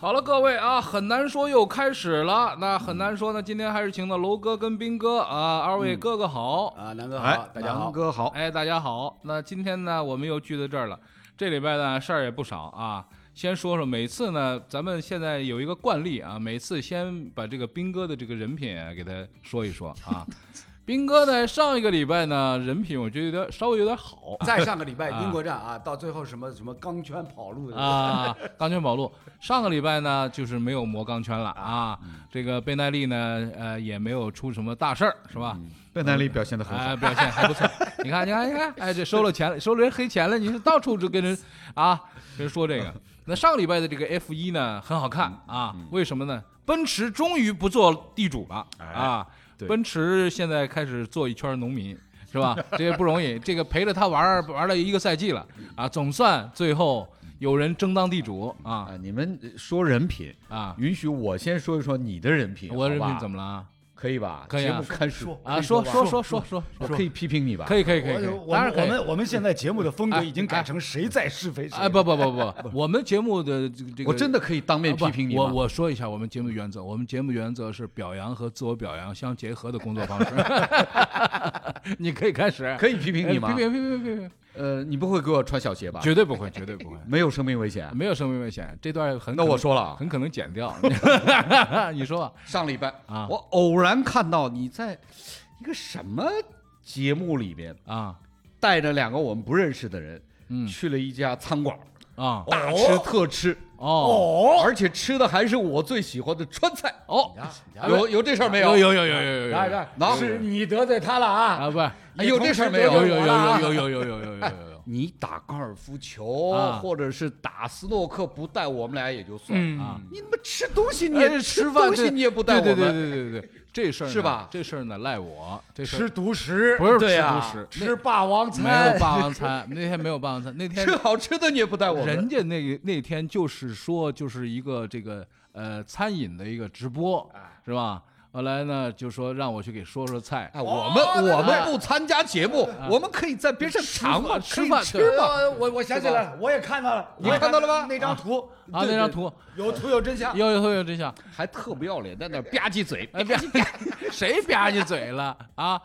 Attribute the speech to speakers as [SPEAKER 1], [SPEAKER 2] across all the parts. [SPEAKER 1] 好了，各位啊，很难说又开始了。那很难说呢，今天还是请的楼哥跟斌哥啊，二位哥哥好，
[SPEAKER 2] 啊，南哥好
[SPEAKER 3] 哎，，
[SPEAKER 2] 大家好
[SPEAKER 3] 南。哥好，
[SPEAKER 1] 哎，大家好。那今天呢，我们又聚在这儿了。这礼拜呢，事儿也不少啊。先说说，每次呢，咱们现在有一个惯例啊，每次先把这个斌哥的这个人品啊，给他说一说啊。斌哥呢，上一个礼拜呢，人品我觉得有点稍微有点好，
[SPEAKER 2] 在上个礼拜
[SPEAKER 1] 啊
[SPEAKER 2] 英国站啊，到最后什么什么钢圈跑路的，
[SPEAKER 1] 啊，钢圈跑路。上个礼拜呢，就是没有磨钢圈了啊。这个贝耐力呢，呃，也没有出什么大事儿，是吧？
[SPEAKER 3] 贝南利表现的很
[SPEAKER 1] 嗯哎、
[SPEAKER 3] 好，
[SPEAKER 1] 表现还不 错。你看，你看，你看，哎，这收了钱了，收了人黑钱了，你是到处就跟人啊，人说
[SPEAKER 3] 嗯
[SPEAKER 1] 这个。那上个礼拜的这个 F 一呢，很好看啊，为什么呢？奔驰终于不做地主了啊！
[SPEAKER 3] 哎对
[SPEAKER 1] 奔驰现在开始做一圈农民，是吧？这也不容易，这个陪着他玩儿玩了一个赛季了啊，总算最后有人争当地主啊
[SPEAKER 3] 啊！你们说人品，
[SPEAKER 1] 啊！
[SPEAKER 3] 允许我先说一说你的人品，
[SPEAKER 1] 我人品怎
[SPEAKER 3] 么
[SPEAKER 1] 么了啊
[SPEAKER 3] 可以哎吧？
[SPEAKER 1] 可以
[SPEAKER 3] 节
[SPEAKER 1] 啊
[SPEAKER 3] 目开始
[SPEAKER 1] 啊？说
[SPEAKER 3] 吧
[SPEAKER 1] 说说说说
[SPEAKER 3] 我可以批评你吧？
[SPEAKER 1] 可以可以可以，可以
[SPEAKER 2] 我
[SPEAKER 1] 当然
[SPEAKER 2] 们
[SPEAKER 1] 可
[SPEAKER 2] 我
[SPEAKER 1] 以。
[SPEAKER 2] 们我们现在节目的风格已经改成谁在是非谁。
[SPEAKER 1] 哎，不不不不，我们节目的这个这个，
[SPEAKER 3] 我真的可以当面
[SPEAKER 1] 啊不
[SPEAKER 3] 批评你吗？
[SPEAKER 1] 我我说一下我们节目原则，我们节目原则是表扬和自我表扬相结合的工作方式。你可以开始，
[SPEAKER 3] 可以批评你吗
[SPEAKER 1] 哎批？评批评批评，
[SPEAKER 3] 呃，你不会给我穿小鞋吧？
[SPEAKER 1] 绝对不会，绝对不会，
[SPEAKER 3] 没有生命危险。
[SPEAKER 1] 没有生命危险。这段很
[SPEAKER 3] 那
[SPEAKER 1] 可
[SPEAKER 3] 我
[SPEAKER 1] 能
[SPEAKER 3] 说了啊，
[SPEAKER 1] 很可能剪掉，你说吧。
[SPEAKER 3] 上礼拜
[SPEAKER 1] 啊
[SPEAKER 3] 我偶然看到你在一个什么节目里面
[SPEAKER 1] 啊
[SPEAKER 3] 带着两个我们不认识的人，
[SPEAKER 1] 嗯
[SPEAKER 3] 去了一家餐馆，
[SPEAKER 1] 啊
[SPEAKER 3] 大吃特吃，
[SPEAKER 1] 哦
[SPEAKER 3] 而且吃的还是我最喜欢的川菜。
[SPEAKER 1] 哦，
[SPEAKER 3] 有有这事儿没
[SPEAKER 1] 有有
[SPEAKER 3] 有？
[SPEAKER 1] 有有有有
[SPEAKER 2] 来
[SPEAKER 1] 有
[SPEAKER 2] 来，
[SPEAKER 3] 拿
[SPEAKER 2] 是你得罪他了啊！
[SPEAKER 1] 啊，不是
[SPEAKER 3] 哎有这事儿没有？
[SPEAKER 1] 有有
[SPEAKER 2] 我
[SPEAKER 1] 有
[SPEAKER 2] 了啊
[SPEAKER 1] 有有有有有有有有有
[SPEAKER 3] 你打高尔夫球
[SPEAKER 1] 啊
[SPEAKER 3] 或者是打斯诺克不带我们俩也就算，
[SPEAKER 2] 嗯
[SPEAKER 1] 啊。
[SPEAKER 3] 你他妈吃东西你
[SPEAKER 1] 你
[SPEAKER 3] 也
[SPEAKER 1] 也哎
[SPEAKER 3] 吃
[SPEAKER 1] 吃
[SPEAKER 3] 东
[SPEAKER 1] 饭
[SPEAKER 3] 西
[SPEAKER 1] 这
[SPEAKER 3] 你也不带我
[SPEAKER 1] 对
[SPEAKER 3] 们，
[SPEAKER 1] 对对对对对，这事儿呢
[SPEAKER 3] 是吧
[SPEAKER 1] 这事儿呢赖我，这事儿
[SPEAKER 2] 吃独食
[SPEAKER 1] 不是
[SPEAKER 2] 对
[SPEAKER 1] 吃
[SPEAKER 2] 啊
[SPEAKER 1] 独食
[SPEAKER 2] 吃霸王餐
[SPEAKER 1] 没有霸王餐，那天没有霸王餐，那天
[SPEAKER 3] 吃好吃的你也不带我们，
[SPEAKER 1] 人家那个那天就是说就是一个这个呃餐饮的一个直播是吧？后来呢就说让我去给说说菜，
[SPEAKER 3] 哎，我们我们不参加节目，我们可以在边上尝嘛，
[SPEAKER 1] 吃
[SPEAKER 3] 可以
[SPEAKER 1] 饭
[SPEAKER 3] 吃
[SPEAKER 1] 对
[SPEAKER 3] 嘛。
[SPEAKER 2] 呃我我想起来了，我也看到了，
[SPEAKER 3] 你
[SPEAKER 2] 我也
[SPEAKER 3] 看到了吗
[SPEAKER 2] 那张图
[SPEAKER 1] 啊
[SPEAKER 2] 对
[SPEAKER 1] 那张
[SPEAKER 2] 对
[SPEAKER 1] 图
[SPEAKER 2] 有图有真相。
[SPEAKER 1] 有有有这下，
[SPEAKER 3] 还特不要脸，在那儿吧唧嘴，
[SPEAKER 1] 哎，别谁吧唧嘴了啊？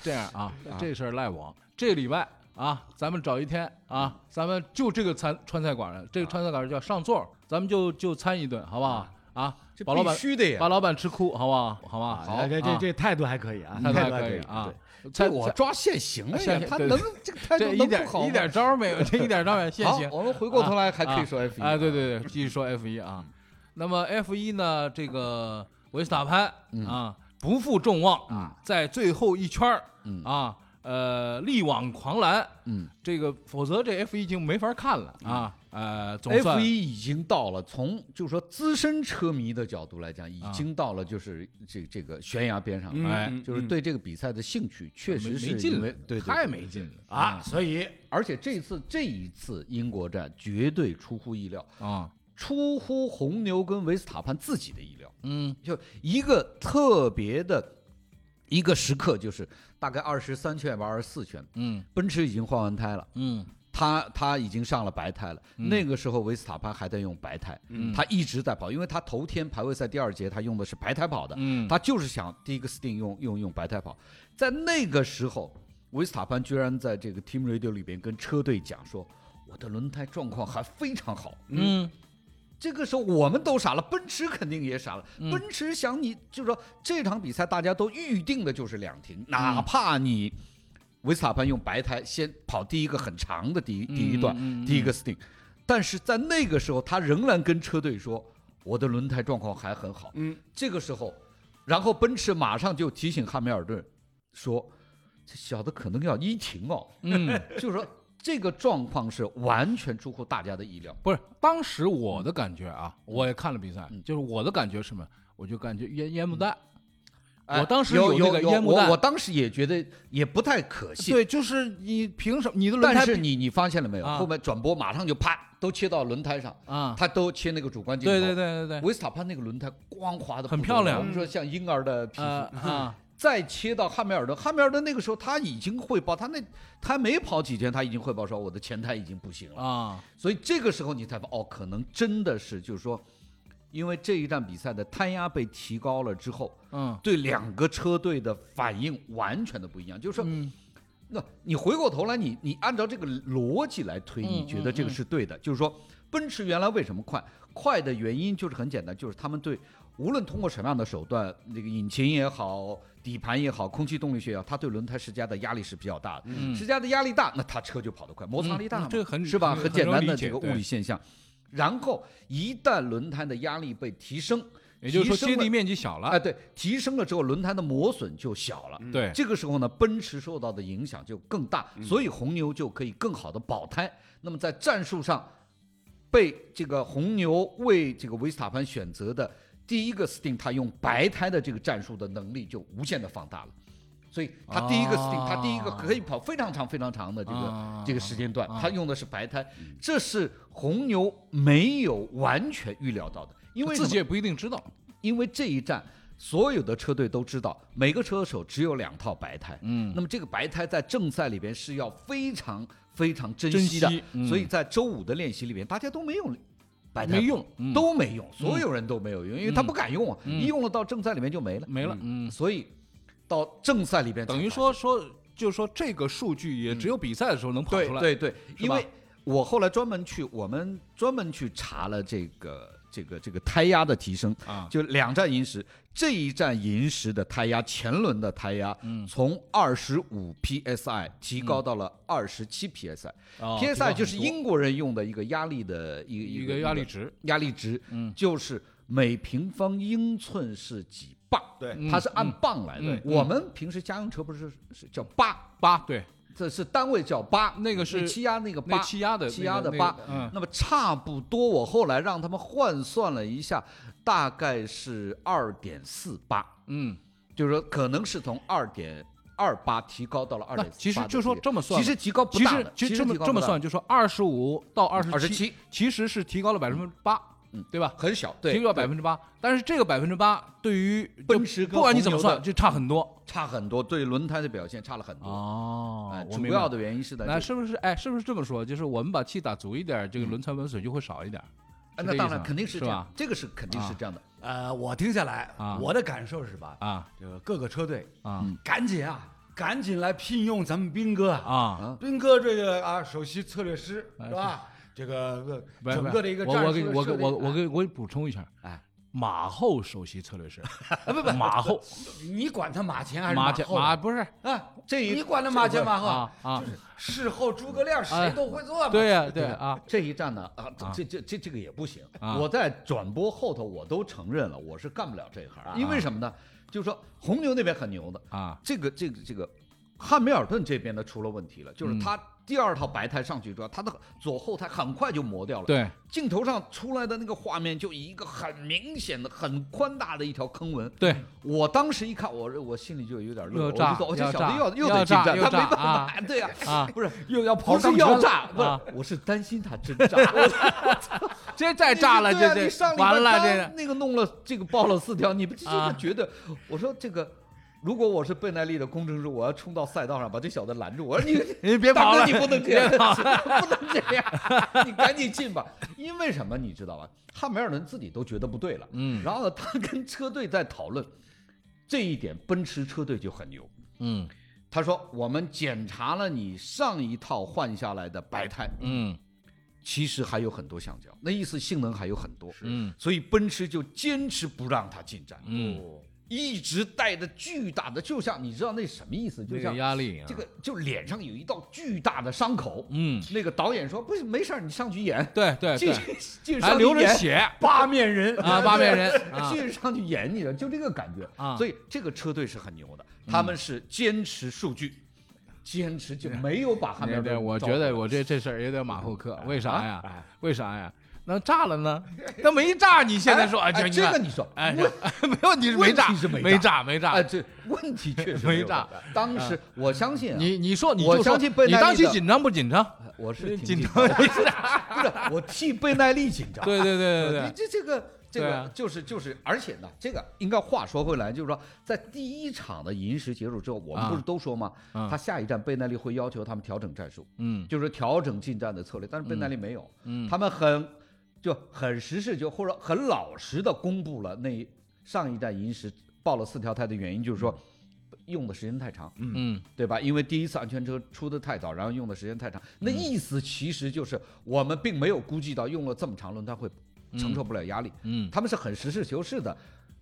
[SPEAKER 1] 这样啊，这事儿赖我。这礼拜啊，咱们找一天啊，咱们就这个川川菜馆儿，这个川菜馆儿叫上座儿，咱们就就餐一顿，好不好？啊，
[SPEAKER 3] 这
[SPEAKER 1] 把老板
[SPEAKER 3] 必须的啊呀
[SPEAKER 1] 把老板吃哭，好不好？好吧，好，
[SPEAKER 2] 这这这态度还可以啊，
[SPEAKER 1] 态
[SPEAKER 2] 态
[SPEAKER 1] 度
[SPEAKER 2] 度
[SPEAKER 1] 还可
[SPEAKER 2] 以
[SPEAKER 1] 以啊。
[SPEAKER 3] 这
[SPEAKER 1] 菜
[SPEAKER 3] 我
[SPEAKER 1] 菜
[SPEAKER 3] 抓现行了
[SPEAKER 1] 现行，
[SPEAKER 3] 呀他
[SPEAKER 1] 对
[SPEAKER 3] 能这个态
[SPEAKER 1] 啊这
[SPEAKER 3] 度
[SPEAKER 1] 一
[SPEAKER 3] 能不
[SPEAKER 1] 点
[SPEAKER 3] 好吗
[SPEAKER 1] 一点招儿没有，这一点招儿没有，现
[SPEAKER 3] 好
[SPEAKER 1] 行，。
[SPEAKER 3] 我们回过头来还可以说 F 一嗯
[SPEAKER 1] 啊，哎对对对，继续说 F 一啊。那么 F 一呢，这个维斯塔潘
[SPEAKER 3] 嗯
[SPEAKER 1] 啊，不负众望啊，在最后一圈儿啊，呃，力挽狂澜。
[SPEAKER 3] 嗯，
[SPEAKER 1] 这个否则这 F 一已经没法看了啊。呃，总算
[SPEAKER 3] F 一已经到了，从就是说资深车迷的角度来讲，已
[SPEAKER 1] 啊
[SPEAKER 3] 经到了就是这这个悬崖边上了，
[SPEAKER 1] 哎
[SPEAKER 3] 就是对这个比赛的兴趣确
[SPEAKER 1] 没
[SPEAKER 3] 实是
[SPEAKER 1] 没劲
[SPEAKER 3] 因为
[SPEAKER 1] 了，
[SPEAKER 3] 对对
[SPEAKER 1] 太
[SPEAKER 3] 对
[SPEAKER 1] 没劲了
[SPEAKER 2] 啊，所以
[SPEAKER 3] 而且这次这一次英国站绝对出乎意料，
[SPEAKER 1] 啊。
[SPEAKER 3] 出乎红牛跟维斯塔潘自己的意料，
[SPEAKER 1] 嗯
[SPEAKER 3] 就一个特别的一个时刻，就是大概二十三圈吧，二十四圈，
[SPEAKER 1] 嗯
[SPEAKER 3] 奔驰已经换完胎了。
[SPEAKER 1] 嗯
[SPEAKER 3] 他他已经上了白胎了，那个时候维斯塔潘还在用白胎，
[SPEAKER 1] 嗯
[SPEAKER 3] 他一直在跑，因为他头天排位赛第二节他用的是白胎跑的，
[SPEAKER 1] 嗯
[SPEAKER 3] 他就是想第一个 sting 用用用白胎跑，在那个时候，维斯塔潘居然在这个 team radio 里边跟车队讲说，我的轮胎状况还非常好，
[SPEAKER 1] 嗯
[SPEAKER 3] 这个时候我们都傻了，奔驰肯定也傻了。
[SPEAKER 1] 嗯
[SPEAKER 3] 奔驰想你，就是说这场比赛大家都预定的就是两
[SPEAKER 1] 嗯
[SPEAKER 3] 停，哪怕你维斯塔潘用白胎先跑第一个很长的第一
[SPEAKER 1] 嗯
[SPEAKER 3] 第一段、
[SPEAKER 1] 嗯嗯
[SPEAKER 3] 第一个 sting，但是在那个时候他仍然跟车队说我的轮胎状况还很好。
[SPEAKER 2] 嗯，
[SPEAKER 3] 这个时候，然后奔驰马上就提醒汉密尔顿说，这小子可能要一停哦，
[SPEAKER 1] 嗯，
[SPEAKER 3] 就是说这个状况是完全出乎大家的意料。
[SPEAKER 1] 不是，当时啊我
[SPEAKER 3] 嗯
[SPEAKER 1] 的我
[SPEAKER 3] 哎
[SPEAKER 1] 当时
[SPEAKER 3] 有
[SPEAKER 1] 那个
[SPEAKER 3] 有
[SPEAKER 1] 烟幕
[SPEAKER 3] 我
[SPEAKER 1] 弹
[SPEAKER 3] 我，当时也觉得也不太可信。
[SPEAKER 1] 对，就是你凭什么你的轮
[SPEAKER 3] 但
[SPEAKER 1] 胎
[SPEAKER 3] 是你你发现了没有？
[SPEAKER 1] 啊
[SPEAKER 3] 后面转播马上就啪都切到轮胎上，
[SPEAKER 1] 啊？
[SPEAKER 3] 他都切那个主观镜头。
[SPEAKER 1] 对对对对对，
[SPEAKER 3] 维斯塔潘那个轮胎光滑的，
[SPEAKER 1] 很漂亮
[SPEAKER 3] 我们说像婴儿的皮肤。
[SPEAKER 1] 呃啊，
[SPEAKER 3] 再切到汉密尔顿，汉密尔顿那个时候他已经汇报，他那他没跑几天，他已经汇报说我的前胎已经不行了。
[SPEAKER 1] 啊，
[SPEAKER 3] 所以这个时候你才发哦，可能真的是就是说，因为这一站比赛的胎压被提高了之后，
[SPEAKER 1] 嗯
[SPEAKER 3] 对两个车队的反应完全的不一样。就是说，
[SPEAKER 1] 嗯
[SPEAKER 3] 那你回过头来，你你按照这个逻辑来推，
[SPEAKER 1] 嗯
[SPEAKER 3] 你觉得这个是对的。就是说，奔驰原来为什么快？快的原因就是很简单，就是他们对无论通过什么样的手段，那个引擎也好，底盘也好，空气动力学也好，它对轮胎施加的压力是比较大的。
[SPEAKER 1] 嗯
[SPEAKER 3] 施加的压力大，那它车就跑得快，摩擦力大
[SPEAKER 1] 嗯
[SPEAKER 3] 嘛，
[SPEAKER 1] 嗯这个很
[SPEAKER 3] 是吧？
[SPEAKER 1] 很
[SPEAKER 3] 很简单
[SPEAKER 1] 很容易
[SPEAKER 3] 的
[SPEAKER 1] 理解
[SPEAKER 3] 这个物
[SPEAKER 1] 对
[SPEAKER 3] 理现象。然后一旦轮胎的压力被提升，
[SPEAKER 1] 也就是说
[SPEAKER 3] 提升了
[SPEAKER 1] 接地面积小
[SPEAKER 3] 哎，
[SPEAKER 1] 了，
[SPEAKER 3] 对，提升了之后，轮胎的磨损就小了。
[SPEAKER 1] 对，嗯
[SPEAKER 3] 这个时候呢，奔驰受到的影响就更大，所以红牛就可以更好的保胎。那么在战术上，被这个红牛为这个维斯塔潘选择的第一个 stint，他用白胎的这个战术的能力就无限的放大了。所以他第一个 stint，、
[SPEAKER 1] 啊
[SPEAKER 3] 他第一个可以跑非常长非常长的这个、
[SPEAKER 1] 啊
[SPEAKER 3] 这个时间段，
[SPEAKER 1] 啊
[SPEAKER 3] 他用的是白胎，这是红牛没有完全预料到的，因为什
[SPEAKER 1] 自
[SPEAKER 3] 么
[SPEAKER 1] 己也不一定知道，
[SPEAKER 3] 因为这一站所有的车队都知道，每个车手只有两套白胎。
[SPEAKER 1] 嗯
[SPEAKER 3] 那么这个白胎在正赛里边是要非常非常珍惜的，
[SPEAKER 1] 珍惜嗯
[SPEAKER 3] 所以在周五的练习里边，大家都没用白胎，
[SPEAKER 1] 没用，嗯
[SPEAKER 3] 都没用，所有人都没有用，因为他不敢用啊，一用了到正赛里面就没了，
[SPEAKER 1] 没了，嗯，
[SPEAKER 3] 所以到正赛里边才
[SPEAKER 1] 等于
[SPEAKER 3] 发
[SPEAKER 1] 说说就是说这个数据也只有比赛的时候能跑出来，
[SPEAKER 3] 嗯对对对，
[SPEAKER 1] 是
[SPEAKER 3] 因
[SPEAKER 1] 吧
[SPEAKER 3] 为我后来专门去，我们专门去查了这个这个这个胎压的提升
[SPEAKER 1] 啊
[SPEAKER 3] 就两站银石，这一站银石的胎压，前轮的胎压，
[SPEAKER 1] 嗯
[SPEAKER 3] 从二十五 psi 提高到了二十七 psi。
[SPEAKER 1] 哦
[SPEAKER 3] psi 就是
[SPEAKER 1] 提高很多
[SPEAKER 3] 英国人用的一个压力的一
[SPEAKER 1] 一
[SPEAKER 3] 一
[SPEAKER 1] 个压力值，
[SPEAKER 3] 压力值，
[SPEAKER 1] 嗯
[SPEAKER 3] 就是每平方英寸是几磅。
[SPEAKER 2] 对
[SPEAKER 1] 嗯
[SPEAKER 3] 它是按磅来的，
[SPEAKER 1] 嗯
[SPEAKER 3] 我们平时家用车不是是叫八，
[SPEAKER 1] 八对，
[SPEAKER 3] 这是单位叫八，
[SPEAKER 1] 那个是
[SPEAKER 3] 气压那个八
[SPEAKER 1] 那气压的
[SPEAKER 3] 气压的
[SPEAKER 1] 那个
[SPEAKER 3] 八
[SPEAKER 1] 那个嗯，
[SPEAKER 3] 那么差不多，我后来让他们换算了一下，大概是二点四八，
[SPEAKER 1] 嗯，
[SPEAKER 3] 就是说可能是从二点二八提高到了二
[SPEAKER 1] 那
[SPEAKER 3] 点。
[SPEAKER 1] 其实就说这么算
[SPEAKER 3] 其实提高不
[SPEAKER 1] 其
[SPEAKER 3] 大的
[SPEAKER 1] 实其实这么
[SPEAKER 3] 提高不
[SPEAKER 1] 这么
[SPEAKER 3] 大
[SPEAKER 1] 算，就说二十五到二十
[SPEAKER 3] 27
[SPEAKER 1] 其实是提高了百分之八，
[SPEAKER 3] 嗯
[SPEAKER 1] 对吧？
[SPEAKER 3] 很小，对，
[SPEAKER 1] 提高百
[SPEAKER 3] 对
[SPEAKER 1] 分之八，但是这个百分之八对于就
[SPEAKER 3] 奔驰跟
[SPEAKER 1] 不管你怎么
[SPEAKER 3] 红牛的
[SPEAKER 1] 算，
[SPEAKER 3] 嗯
[SPEAKER 1] 就差很多
[SPEAKER 3] 差很多，对轮胎的表现差了很多。
[SPEAKER 1] 哦
[SPEAKER 3] 哎
[SPEAKER 1] 我
[SPEAKER 3] 主
[SPEAKER 1] 明白
[SPEAKER 3] 要
[SPEAKER 1] 了。
[SPEAKER 3] 的原因是在
[SPEAKER 1] 那
[SPEAKER 3] 这
[SPEAKER 1] 是不是哎？是不是这么说？就是我们把气打足一点，这个轮船磨损就会少一点。
[SPEAKER 3] 哎
[SPEAKER 1] 是
[SPEAKER 3] 那
[SPEAKER 1] 这
[SPEAKER 3] 当
[SPEAKER 1] 意思
[SPEAKER 3] 然
[SPEAKER 1] 吗
[SPEAKER 3] 肯定是
[SPEAKER 1] 是
[SPEAKER 3] 这样
[SPEAKER 1] 吧，
[SPEAKER 3] 这个是肯定是
[SPEAKER 1] 啊
[SPEAKER 3] 这样的。
[SPEAKER 2] 呃，我听下来
[SPEAKER 1] 啊，
[SPEAKER 2] 我的感受是吧？
[SPEAKER 1] 啊
[SPEAKER 2] 这个各个车队
[SPEAKER 1] 啊
[SPEAKER 2] 赶紧啊，赶紧来聘用咱们斌哥啊！
[SPEAKER 1] 啊！哎
[SPEAKER 2] 斌哥这个啊，首席策略师是吧？这个呃
[SPEAKER 1] 不是
[SPEAKER 2] 整个的一个
[SPEAKER 1] 我
[SPEAKER 2] 战
[SPEAKER 1] 我
[SPEAKER 2] 术
[SPEAKER 1] 给
[SPEAKER 2] 的
[SPEAKER 1] 我给
[SPEAKER 2] 设定啊
[SPEAKER 1] 我我给我给补充一下，
[SPEAKER 2] 哎，
[SPEAKER 1] 马后首席策略师，不不马后
[SPEAKER 2] 你管他马前还是
[SPEAKER 1] 马前
[SPEAKER 2] 后
[SPEAKER 1] 马不是
[SPEAKER 2] 啊？这一你管他马前马后
[SPEAKER 1] 啊啊，
[SPEAKER 2] 事后诸葛亮谁都会做嘛。
[SPEAKER 1] 哎对呀对啊
[SPEAKER 3] 这一站呢，啊
[SPEAKER 1] 啊，
[SPEAKER 3] 这这这这个也不行。
[SPEAKER 1] 啊
[SPEAKER 3] 我在转播后头我都承认了，我是干不了这一行
[SPEAKER 2] 啊，
[SPEAKER 3] 因为什么呢？就是说红牛那边很牛的，
[SPEAKER 1] 啊
[SPEAKER 3] 这个这个这个汉密尔顿这边呢出了问题了，
[SPEAKER 1] 嗯
[SPEAKER 3] 就是他第二套白胎上去之后，他的左后胎很快就磨掉了。，
[SPEAKER 1] 对
[SPEAKER 3] 镜头上出来的那个画面就一个很明显的、很宽大的一条坑纹。
[SPEAKER 1] 对，
[SPEAKER 3] 我当时一看，我我心里就有点乐，
[SPEAKER 1] 又
[SPEAKER 3] 我就
[SPEAKER 1] 炸
[SPEAKER 3] 说，我
[SPEAKER 1] 又
[SPEAKER 3] 这小
[SPEAKER 1] 炸
[SPEAKER 3] 子又
[SPEAKER 1] 又
[SPEAKER 3] 又得进
[SPEAKER 1] 炸
[SPEAKER 3] 站，
[SPEAKER 1] 又
[SPEAKER 3] 他没
[SPEAKER 1] 炸
[SPEAKER 3] 办
[SPEAKER 1] 啊
[SPEAKER 3] 法，对呀，
[SPEAKER 1] 啊
[SPEAKER 3] 不是又要
[SPEAKER 1] 跑
[SPEAKER 3] 不是
[SPEAKER 1] 钢
[SPEAKER 3] 要
[SPEAKER 1] 圈
[SPEAKER 3] 炸，不
[SPEAKER 1] 啊
[SPEAKER 3] 是，我是担心他真 炸。我
[SPEAKER 1] 这再炸了
[SPEAKER 3] 你对
[SPEAKER 1] 这
[SPEAKER 3] 啊你上
[SPEAKER 1] 这
[SPEAKER 3] 礼拜
[SPEAKER 1] 完了
[SPEAKER 3] 刚
[SPEAKER 1] 这个
[SPEAKER 3] 那个弄了这个爆了四条，你不 这
[SPEAKER 1] 啊
[SPEAKER 3] 个觉得？我说这个，如果我是贝耐力的工程师，我要冲到赛道上把这小子拦住，我说你
[SPEAKER 1] 你别跑了
[SPEAKER 3] 大哥你不 能这样， 不能这样，你赶紧进吧。因为什么你知道吧？汉密尔顿自己都觉得不对了，
[SPEAKER 1] 嗯
[SPEAKER 3] 然后呢，他跟车队在讨论这一点，奔驰车队就很牛。
[SPEAKER 1] 嗯
[SPEAKER 3] 他说：“我们检查了你上一套换下来的白胎，
[SPEAKER 1] 嗯
[SPEAKER 3] 其实还有很多橡胶，那意思性能还有很多。
[SPEAKER 1] 嗯
[SPEAKER 3] 所以奔驰就坚持不让他进站，
[SPEAKER 1] 嗯，
[SPEAKER 3] 一直带着巨大的，就像你知道那什么意思？就
[SPEAKER 1] 这个
[SPEAKER 3] 像
[SPEAKER 1] 压力啊
[SPEAKER 3] 这个就脸上有一道巨大的伤口。
[SPEAKER 1] 嗯
[SPEAKER 3] 那个导演说：“不是，没事儿，你上去演，
[SPEAKER 1] 对对
[SPEAKER 3] 继
[SPEAKER 1] 对，
[SPEAKER 3] 续继续
[SPEAKER 1] 还
[SPEAKER 3] 上去
[SPEAKER 1] 流着
[SPEAKER 3] 演。”
[SPEAKER 1] 血
[SPEAKER 2] 八面人
[SPEAKER 1] 啊，八面人啊
[SPEAKER 3] 继，续上去演你的，就这个感觉
[SPEAKER 1] 啊嗯
[SPEAKER 3] 所以这个车队是很牛的，他们是坚持数据，坚持就没有把汉密
[SPEAKER 1] 对
[SPEAKER 3] 尔
[SPEAKER 1] 对，
[SPEAKER 3] 顿。
[SPEAKER 1] 我觉得我这这事儿也得马后课，为啥呀？为啥呀？那炸了呢？那没炸，你现在说，
[SPEAKER 3] 哎
[SPEAKER 1] 这
[SPEAKER 3] 这个
[SPEAKER 1] 看
[SPEAKER 3] 你说，
[SPEAKER 1] 哎，
[SPEAKER 3] 问
[SPEAKER 1] 这没问题是没炸，
[SPEAKER 3] 问题是没炸
[SPEAKER 1] 没炸，没炸。
[SPEAKER 3] 啊，这问题确实
[SPEAKER 1] 没
[SPEAKER 3] 没有
[SPEAKER 1] 炸。嗯
[SPEAKER 3] 当时我相信啊，
[SPEAKER 1] 你你说，你就
[SPEAKER 3] 我
[SPEAKER 1] 说
[SPEAKER 3] 相信贝
[SPEAKER 1] 你
[SPEAKER 3] 奈利
[SPEAKER 1] 当时
[SPEAKER 3] 的
[SPEAKER 1] 紧张不紧张？
[SPEAKER 3] 我是挺
[SPEAKER 1] 紧
[SPEAKER 3] 紧
[SPEAKER 1] 张
[SPEAKER 3] 张的， 不是我替贝奈利紧张。
[SPEAKER 1] 对对对对
[SPEAKER 3] 呃你
[SPEAKER 1] 对，
[SPEAKER 3] 这这个这
[SPEAKER 1] 对
[SPEAKER 3] 个
[SPEAKER 1] 啊
[SPEAKER 3] 就是就是，而且呢，这个应该话说回来，就是说在第一场的银石结束之后，我们
[SPEAKER 1] 啊
[SPEAKER 3] 不是都说吗？
[SPEAKER 1] 嗯
[SPEAKER 3] 他下一站贝奈利会要求他们调整战术，
[SPEAKER 1] 嗯
[SPEAKER 3] 就是调整进战的策略，但是贝奈利没有，
[SPEAKER 1] 嗯，
[SPEAKER 3] 他们很就很实事求或者很老实的公布了那上一站银石爆了四条胎的原因，就是说用的时间太长。
[SPEAKER 1] 嗯
[SPEAKER 3] 对吧？因为第一次安全车出的太早，然后用的时间太长，那
[SPEAKER 1] 嗯
[SPEAKER 3] 意思其实就是我们并没有估计到用了这么长轮胎会承受不了压力，
[SPEAKER 1] 嗯
[SPEAKER 3] 他们是很实事求是的，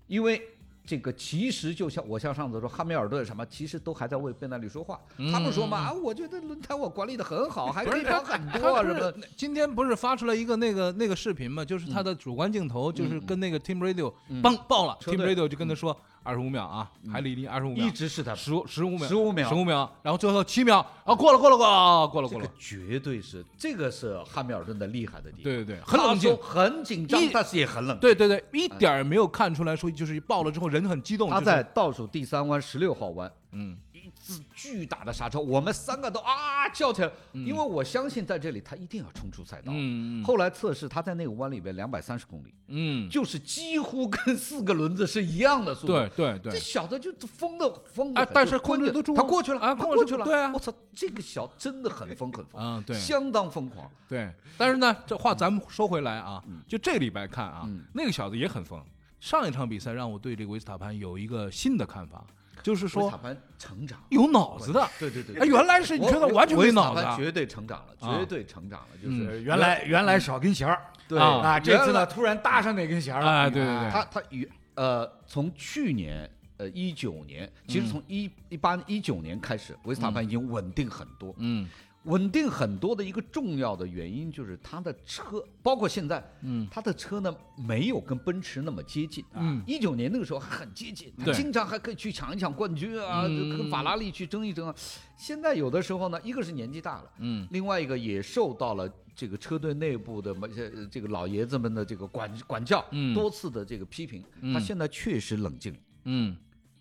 [SPEAKER 3] 因为。这个其实就像我像上次说，汉密尔顿什么，其实都还在为贝纳利说话。
[SPEAKER 1] 嗯
[SPEAKER 3] 他们说嘛，啊，我觉得轮胎我管理的很好，还可以跑很多
[SPEAKER 1] 他
[SPEAKER 3] 什
[SPEAKER 1] 不
[SPEAKER 3] 么
[SPEAKER 1] 是。今天不是发出来一个那个那个视频嘛，就是
[SPEAKER 3] 嗯
[SPEAKER 1] 他的主观镜头，就是跟那个 Team Radio 嘣爆了
[SPEAKER 3] 车
[SPEAKER 1] ，Team
[SPEAKER 3] 队嗯
[SPEAKER 1] Radio 就跟他说二十五秒啊，海里离二十五秒
[SPEAKER 3] 一，直是他
[SPEAKER 1] 十十五秒，
[SPEAKER 3] 15秒
[SPEAKER 1] 十五秒，然后最后七秒啊，过了过了过了啊过了
[SPEAKER 3] 这
[SPEAKER 1] 过
[SPEAKER 3] 个
[SPEAKER 1] 了，
[SPEAKER 3] 绝对是这个是汉密尔顿的厉害的地方。
[SPEAKER 1] 对对对，很冷静
[SPEAKER 3] 他说，很紧张
[SPEAKER 1] 一，
[SPEAKER 3] 但是也很冷静。
[SPEAKER 1] 对对对，一点儿没有看出来说就是爆了之后人很激动，
[SPEAKER 3] 嗯他
[SPEAKER 1] 就是
[SPEAKER 3] 在倒数第三弯十六号弯，
[SPEAKER 1] 嗯，
[SPEAKER 3] 一次巨大的刹车，我们三个都啊叫起来，因为我相信在这里他一定要冲出赛道。
[SPEAKER 1] 嗯嗯嗯
[SPEAKER 3] 后来测试他在那个弯里边两百三十公里，
[SPEAKER 1] 嗯，
[SPEAKER 3] 就是几乎跟四个轮子是一样的速度。
[SPEAKER 1] 对。对
[SPEAKER 3] 这
[SPEAKER 1] 对，
[SPEAKER 3] 小子就疯的疯的
[SPEAKER 1] 哎
[SPEAKER 3] 很，
[SPEAKER 1] 但
[SPEAKER 3] 就是
[SPEAKER 1] 控制
[SPEAKER 3] 关键
[SPEAKER 1] 得住
[SPEAKER 3] 他
[SPEAKER 1] 啊
[SPEAKER 3] 过去了
[SPEAKER 1] 啊
[SPEAKER 3] 他
[SPEAKER 1] 控制
[SPEAKER 3] 过
[SPEAKER 1] 住
[SPEAKER 3] 去了，
[SPEAKER 1] 对啊
[SPEAKER 3] 我操，这个小真的很疯很疯，
[SPEAKER 1] 嗯对
[SPEAKER 3] 相当疯狂，
[SPEAKER 1] 对，但是呢，这话咱们说回来啊，就这礼拜看啊，
[SPEAKER 3] 嗯
[SPEAKER 1] 那个小子也很疯。上一场比赛让我对这个维斯塔潘有一个新的看法，就是
[SPEAKER 3] 维
[SPEAKER 1] 说
[SPEAKER 3] 塔潘成长，
[SPEAKER 1] 有脑子的。
[SPEAKER 3] 对对对，
[SPEAKER 1] 哎，原来是你觉得完全没脑子
[SPEAKER 3] 维塔
[SPEAKER 1] 啊
[SPEAKER 3] 潘，绝对成长了，
[SPEAKER 1] 啊
[SPEAKER 3] 绝对成长了，就
[SPEAKER 1] 嗯
[SPEAKER 3] 是
[SPEAKER 2] 原来原来少根弦儿，
[SPEAKER 3] 对
[SPEAKER 1] 啊
[SPEAKER 2] 啊，这次
[SPEAKER 3] 原来
[SPEAKER 2] 呢突然搭上哪根弦儿了？
[SPEAKER 1] 哎，对对对，
[SPEAKER 3] 他他与呃，从去年呃一九年，其实从一一八一九年开始，维斯塔潘已经稳定很多。
[SPEAKER 1] 嗯
[SPEAKER 3] 稳定很多的一个重要的原因就是他的车，包括现在，
[SPEAKER 1] 嗯，
[SPEAKER 3] 他的车呢没有跟奔驰那么接近。啊
[SPEAKER 1] 嗯，
[SPEAKER 3] 一九年那个时候还很接近，他
[SPEAKER 1] 对
[SPEAKER 3] 经常还可以去抢一抢冠军啊，
[SPEAKER 1] 嗯
[SPEAKER 3] 就跟法拉利去争一争啊。现在有的时候呢，一个是年纪大了，
[SPEAKER 1] 嗯
[SPEAKER 3] 另外一个也受到了这个车队内部的某些呃这个老爷子们的这个管管教，
[SPEAKER 1] 嗯
[SPEAKER 3] 多次的这个批评，
[SPEAKER 1] 嗯
[SPEAKER 3] 他现在确实冷静，
[SPEAKER 1] 嗯，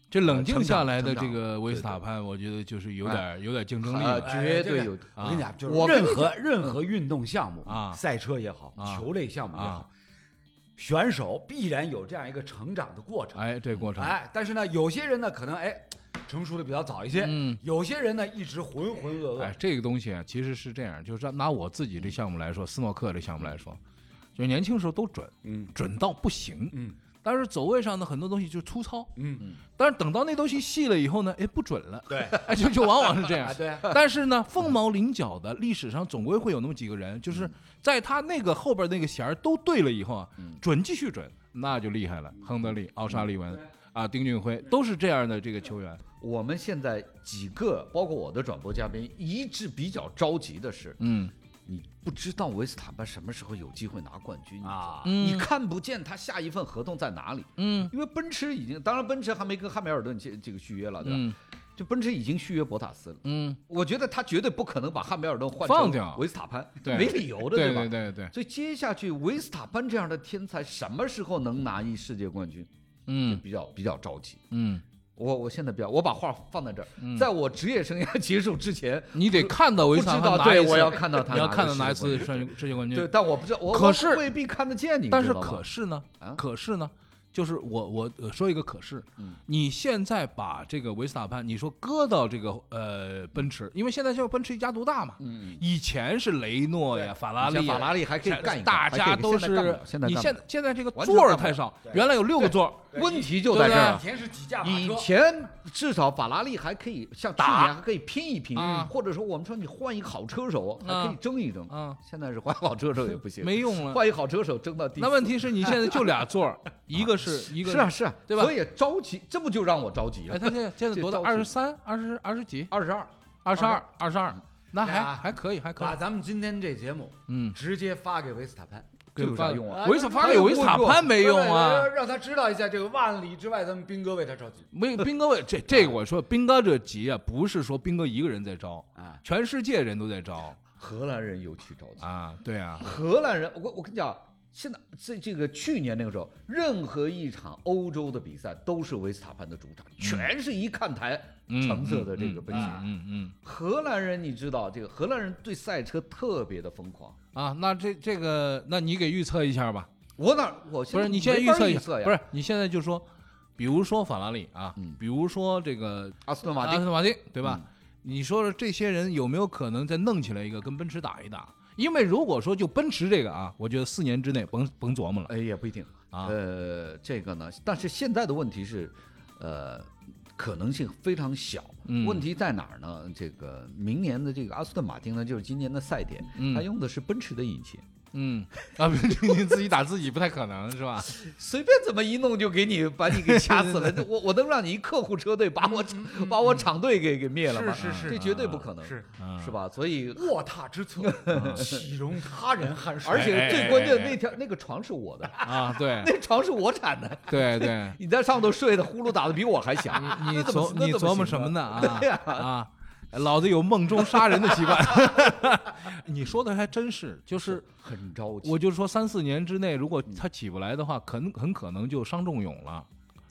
[SPEAKER 1] 这冷静下来的这
[SPEAKER 3] 呃成
[SPEAKER 1] 个维斯塔潘，我觉得就是
[SPEAKER 3] 哎
[SPEAKER 1] 有点有点竞争力
[SPEAKER 3] 啊，
[SPEAKER 1] 了。
[SPEAKER 3] 绝对有。
[SPEAKER 2] 哎我跟你讲，就是
[SPEAKER 3] 我
[SPEAKER 2] 任
[SPEAKER 3] 跟你嗯
[SPEAKER 2] 何任何运动项目
[SPEAKER 1] 啊
[SPEAKER 2] 赛车也好
[SPEAKER 1] 啊，
[SPEAKER 2] 球类项目也
[SPEAKER 1] 啊
[SPEAKER 2] 好，选手必然有这样一个成长的过程。
[SPEAKER 1] 哎，这过程，
[SPEAKER 2] 哎，但是呢，有些人呢，可能哎成熟的比较早一些，
[SPEAKER 1] 嗯
[SPEAKER 2] 有些人呢一直浑浑噩
[SPEAKER 1] 哎
[SPEAKER 2] 噩，，
[SPEAKER 1] 这个东西啊，其实是这样，就是拿我自己这项目来说，斯诺克这项目来说，就年轻时候都准，
[SPEAKER 2] 嗯
[SPEAKER 1] 准到不行，
[SPEAKER 2] 嗯
[SPEAKER 1] 但是走位上的很多东西就粗糙，
[SPEAKER 2] 嗯，
[SPEAKER 1] 但是等到那东西细了以后呢，哎，不准了，
[SPEAKER 2] 对，
[SPEAKER 1] 哎，就就往往是这样
[SPEAKER 2] 啊，对啊，
[SPEAKER 1] 但是呢，凤毛麟角的历史上总归会有那么几个人，就是在他那个后边那个弦儿都对了以后啊，准继续准，那就厉害了。亨德利、奥沙利
[SPEAKER 2] 嗯
[SPEAKER 1] 文啊，丁俊晖都是这样的这个球员。
[SPEAKER 3] 我们现在几个，包括我的转播嘉宾，一致比较着急的是，
[SPEAKER 1] 嗯
[SPEAKER 3] 你不知道维斯塔潘什么时候有机会拿冠军
[SPEAKER 2] 啊
[SPEAKER 3] 你看不见他下一份合同在哪里，
[SPEAKER 1] 嗯
[SPEAKER 3] 因为奔驰已经，当然奔驰还没跟汉密尔顿这这个续约了，对吧？
[SPEAKER 1] 嗯
[SPEAKER 3] 就奔驰已经续约博塔斯了，
[SPEAKER 1] 嗯，
[SPEAKER 3] 我觉得他绝对不可能把汉密尔顿换
[SPEAKER 1] 放
[SPEAKER 3] 成
[SPEAKER 1] 掉
[SPEAKER 3] 维斯塔潘，
[SPEAKER 1] 对
[SPEAKER 3] 没理由的，
[SPEAKER 1] 对
[SPEAKER 3] 吧？
[SPEAKER 1] 对对对，
[SPEAKER 3] 所以接下去维斯塔潘这样的天才什么时候能拿一世界冠军，就
[SPEAKER 1] 嗯
[SPEAKER 3] 比较比较着急。
[SPEAKER 1] 嗯，
[SPEAKER 3] 我我现在比较，我把话放在这儿，在我职业生涯结束之前，
[SPEAKER 1] 你得看到
[SPEAKER 3] 不
[SPEAKER 1] 维
[SPEAKER 3] 知
[SPEAKER 1] 斯塔潘
[SPEAKER 3] 道
[SPEAKER 1] 拿
[SPEAKER 3] 对
[SPEAKER 1] 一次
[SPEAKER 3] 我要看到他，
[SPEAKER 1] 你要看到
[SPEAKER 3] 哪
[SPEAKER 1] 拿一次世界世界冠军
[SPEAKER 3] 对，。但我不知道，我
[SPEAKER 1] 可
[SPEAKER 3] 我
[SPEAKER 1] 是
[SPEAKER 3] 未必看得见你，
[SPEAKER 1] 但是
[SPEAKER 3] 知道吧
[SPEAKER 1] 可是呢
[SPEAKER 3] 啊，嗯
[SPEAKER 1] 可是呢，就是我我呃说一个可是，你现在把这个维斯塔潘，你说搁到这个呃奔驰，因为现在就奔驰一家独大嘛，以前是雷诺呀、法拉
[SPEAKER 3] 嗯以
[SPEAKER 1] 利
[SPEAKER 3] 前
[SPEAKER 1] 呀、
[SPEAKER 3] 法拉利还可以干一干
[SPEAKER 1] 大家
[SPEAKER 3] 还可以
[SPEAKER 1] 都
[SPEAKER 3] 现在干不
[SPEAKER 1] 是
[SPEAKER 3] 了现在
[SPEAKER 1] 你
[SPEAKER 3] 干不
[SPEAKER 1] 现
[SPEAKER 3] 了
[SPEAKER 1] 现在这个
[SPEAKER 3] 完全
[SPEAKER 1] 座儿
[SPEAKER 3] 干不
[SPEAKER 1] 太
[SPEAKER 3] 了
[SPEAKER 1] 少，原来有六个座儿，
[SPEAKER 3] 问题就在这
[SPEAKER 1] 对
[SPEAKER 3] 儿
[SPEAKER 1] 不
[SPEAKER 2] 以。前是几架马
[SPEAKER 3] 以
[SPEAKER 2] 车，
[SPEAKER 3] 前至少法拉利还可以像去年还可以拼一拼
[SPEAKER 1] 啊，
[SPEAKER 3] 或者说我们说你换一个好车手
[SPEAKER 1] 啊
[SPEAKER 3] 还可以争一争
[SPEAKER 1] 啊。
[SPEAKER 3] 现在是换好车手也不行，
[SPEAKER 1] 没用了
[SPEAKER 3] 换一好车手争到第四。
[SPEAKER 1] 那问题是你现在就俩座 儿，一个是一个
[SPEAKER 3] 是啊是啊，
[SPEAKER 1] 对吧
[SPEAKER 3] 所以着急，这不就让我着急
[SPEAKER 1] 哎，
[SPEAKER 3] 了？
[SPEAKER 1] 他现在现在
[SPEAKER 3] 这
[SPEAKER 1] 多大？
[SPEAKER 3] 着急
[SPEAKER 1] 二十三、二十二十几、
[SPEAKER 3] 二十二，
[SPEAKER 1] 二十二、二十二，那
[SPEAKER 2] 对
[SPEAKER 1] 还
[SPEAKER 2] 啊
[SPEAKER 1] 还可以，还可
[SPEAKER 2] 把
[SPEAKER 1] 以，
[SPEAKER 2] 咱们今天这节目
[SPEAKER 1] 嗯，
[SPEAKER 2] 直接发给维斯塔潘，
[SPEAKER 3] 这有啥
[SPEAKER 1] 发
[SPEAKER 3] 用啊？哎
[SPEAKER 1] 维斯塔
[SPEAKER 2] 他
[SPEAKER 1] 潘有
[SPEAKER 2] 有
[SPEAKER 1] 维斯塔潘没用啊
[SPEAKER 2] 对，让他知道一下这个万里之外，咱们斌哥为他着急
[SPEAKER 1] 没有，斌哥为这这个我说，斌哥这急啊，不是说斌哥一个人在招，
[SPEAKER 2] 啊，
[SPEAKER 1] 全世界人都在招
[SPEAKER 3] 荷兰人尤其着急。
[SPEAKER 1] 啊，对啊，
[SPEAKER 3] 荷兰人，我我跟你讲，现在这这个去年那个时候，任何一场欧洲的比赛都是维斯塔潘的主场，全是一看台
[SPEAKER 1] 嗯
[SPEAKER 3] 橙色的这个
[SPEAKER 1] 嗯
[SPEAKER 3] 奔驰。
[SPEAKER 1] 嗯嗯
[SPEAKER 3] 荷兰人你知道，这个荷兰人对赛车特别的疯狂。
[SPEAKER 1] 嗯啊，那这这个，那你给预测一下吧。
[SPEAKER 3] 我哪我
[SPEAKER 1] 不
[SPEAKER 3] 在
[SPEAKER 1] 是你现在
[SPEAKER 3] 没
[SPEAKER 1] 预
[SPEAKER 3] 法
[SPEAKER 1] 测
[SPEAKER 3] 预
[SPEAKER 1] 一
[SPEAKER 3] 测
[SPEAKER 1] 下，
[SPEAKER 3] 呀？
[SPEAKER 1] 不是你现在就说，比如说法拉利啊，
[SPEAKER 3] 嗯
[SPEAKER 1] 比如说这个
[SPEAKER 3] 阿斯顿
[SPEAKER 1] 阿
[SPEAKER 3] 马丁嗯
[SPEAKER 1] 斯，顿马丁，对吧？你说说这些人有没有可能再弄起来一个跟奔驰打一打？因为如果说就奔驰这个啊，我觉得四年之内甭甭琢磨了。
[SPEAKER 3] 哎也不一定
[SPEAKER 1] 啊
[SPEAKER 3] 呃，这个呢，但是现在的问题是，呃，可能性非常小。
[SPEAKER 1] 嗯
[SPEAKER 3] 问题在哪儿呢？这个明年的这个阿斯顿马丁呢，就是今年的赛点，
[SPEAKER 1] 嗯
[SPEAKER 3] 它用的是奔驰的引擎。
[SPEAKER 1] 嗯， 啊，不是你自己打自己不太可能是 吧？
[SPEAKER 3] 随便怎么一弄就给你把你给掐死 了，我我能让你一客户车队把
[SPEAKER 2] 嗯
[SPEAKER 3] 我把我厂队给给灭了吗？
[SPEAKER 2] 是是是啊
[SPEAKER 3] 这绝对不可能，
[SPEAKER 2] 是
[SPEAKER 3] 是
[SPEAKER 1] 嗯
[SPEAKER 3] 吧？所以，
[SPEAKER 2] 卧榻之 侧，
[SPEAKER 3] 嗯
[SPEAKER 2] 岂容他人酣睡？
[SPEAKER 3] 而
[SPEAKER 1] 哎
[SPEAKER 3] 且最关键的那条那个床是我的，
[SPEAKER 1] 啊，对
[SPEAKER 3] 那床是我产的，
[SPEAKER 1] 对对，
[SPEAKER 3] 你在上头睡的呼噜打的比 我还响，
[SPEAKER 1] 你
[SPEAKER 3] 那怎么
[SPEAKER 1] 琢你琢磨什么？呢啊
[SPEAKER 3] 对呀
[SPEAKER 1] 啊！老子有梦中杀人的习 惯，你说的还真是，就
[SPEAKER 3] 那怎
[SPEAKER 1] 是
[SPEAKER 3] 么行呢很着急，
[SPEAKER 1] 我就说三四年之内，如果他起不来的话，很很可能就伤仲永了，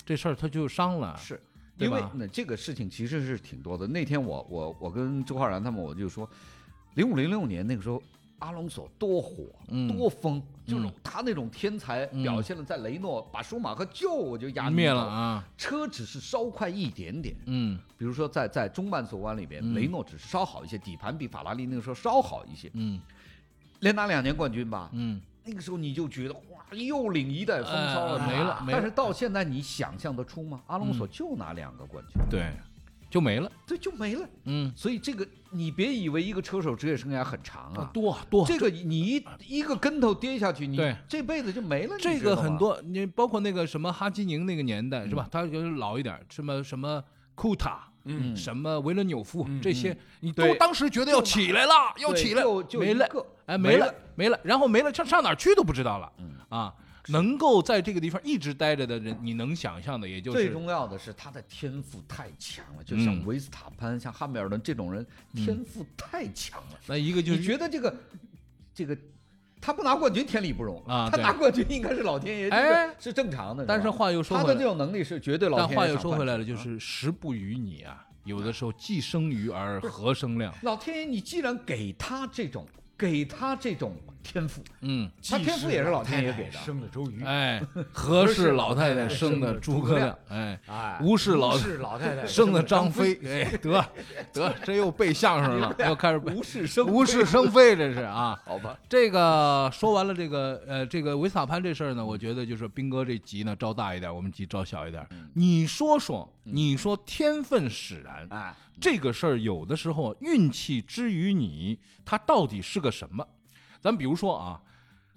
[SPEAKER 1] 这事儿他就伤了。
[SPEAKER 3] 是
[SPEAKER 1] 对
[SPEAKER 3] 因为
[SPEAKER 1] 吧
[SPEAKER 3] 那这个事情其实是挺多的。那天我我我跟周浩然他们我就说，零五零六年那个时候。阿隆索多火，
[SPEAKER 1] 嗯
[SPEAKER 3] 多疯，就是
[SPEAKER 1] 嗯
[SPEAKER 3] 他那种天才
[SPEAKER 1] 嗯
[SPEAKER 3] 表现了，在雷诺把舒马赫救我就压低
[SPEAKER 1] 灭
[SPEAKER 3] 头
[SPEAKER 1] 了，啊，
[SPEAKER 3] 车只是稍快一点点。
[SPEAKER 1] 嗯
[SPEAKER 3] 比如说在在中半索弯里边，
[SPEAKER 1] 嗯
[SPEAKER 3] 雷诺只是稍好一些，底盘比法拉利那个时候稍好一些，
[SPEAKER 1] 嗯
[SPEAKER 3] 连拿两年冠军吧。
[SPEAKER 1] 嗯，
[SPEAKER 3] 那个时候你就觉得哇，又领一代风骚了，
[SPEAKER 1] 哎没了没了嗯
[SPEAKER 3] 但是到现在你想象得出吗？阿隆索就拿两个冠军，
[SPEAKER 1] 对，就没了。
[SPEAKER 3] 对，就没了。
[SPEAKER 1] 嗯，
[SPEAKER 3] 所以这个你别以为一个车手职业生涯很长啊，
[SPEAKER 1] 多多
[SPEAKER 3] 这个你一一个跟头跌下去，你
[SPEAKER 1] 对
[SPEAKER 3] 这辈子就没了。
[SPEAKER 1] 这
[SPEAKER 3] 你知道
[SPEAKER 1] 个
[SPEAKER 3] 嗯吗
[SPEAKER 1] 很多，你包括那个什么哈基宁那个年代是吧？他就是老一点儿，什么什么库塔。
[SPEAKER 3] 嗯
[SPEAKER 1] 什么维伦纽夫
[SPEAKER 2] 嗯
[SPEAKER 1] 这些，你都
[SPEAKER 3] 对
[SPEAKER 1] 当时觉得要起来了，要
[SPEAKER 3] 对
[SPEAKER 1] 起来，
[SPEAKER 3] 就就
[SPEAKER 1] 没
[SPEAKER 3] 一
[SPEAKER 1] 了
[SPEAKER 3] 个，
[SPEAKER 1] 哎，
[SPEAKER 3] 没
[SPEAKER 1] 没
[SPEAKER 3] 了嗯
[SPEAKER 1] 了，没了，然后没了，上上哪儿去都不知道了。啊，能够在这个地方一直待着的人，你能想象的也就是
[SPEAKER 3] 最重要的是他的天赋太强了，就像
[SPEAKER 1] 嗯
[SPEAKER 3] 维斯塔潘、像汉密尔顿这种人，天赋太强了。
[SPEAKER 1] 那一个就
[SPEAKER 3] 你
[SPEAKER 1] 是
[SPEAKER 3] 觉得这个这个他不拿冠军天理不容
[SPEAKER 1] 啊
[SPEAKER 3] 他
[SPEAKER 1] 对
[SPEAKER 3] 拿冠军应该是老天爷，
[SPEAKER 1] 哎
[SPEAKER 3] 这个是正常的。
[SPEAKER 1] 但是
[SPEAKER 3] 吧
[SPEAKER 1] 话又说
[SPEAKER 3] 他
[SPEAKER 1] 回
[SPEAKER 3] 的
[SPEAKER 1] 来
[SPEAKER 3] 这种能力是绝对老
[SPEAKER 1] 但
[SPEAKER 3] 天爷
[SPEAKER 1] 话又
[SPEAKER 3] 赏
[SPEAKER 1] 说
[SPEAKER 3] 饭
[SPEAKER 1] 回来
[SPEAKER 3] 吃
[SPEAKER 1] 了，就
[SPEAKER 3] 的啊
[SPEAKER 1] 是食不与你啊，有的时候既生瑜而何生亮。
[SPEAKER 3] 老天爷，你既然给他这种给他这种天赋，
[SPEAKER 1] 嗯，
[SPEAKER 3] 他天赋也是老天爷给的。
[SPEAKER 2] 生的周瑜，
[SPEAKER 1] 哎，何氏老太太生的诸葛亮，哎，
[SPEAKER 2] 哎，
[SPEAKER 1] 吴氏老
[SPEAKER 2] 是老太太
[SPEAKER 1] 生的张
[SPEAKER 2] 飞，
[SPEAKER 1] 飞，哎，得得，这又背相声了，又开始背
[SPEAKER 3] 无事生非
[SPEAKER 1] 无事生非，这是啊。
[SPEAKER 3] 好吧，
[SPEAKER 1] 这个说完了这个呃这个维斯塔潘这事儿呢，我觉得就是斌哥这集呢招大一点，我们集招小一点。你说说，你说天分使然，
[SPEAKER 3] 哎，
[SPEAKER 1] 这个事儿有的时候啊运气之于你，它到底是个什么？咱比如说啊，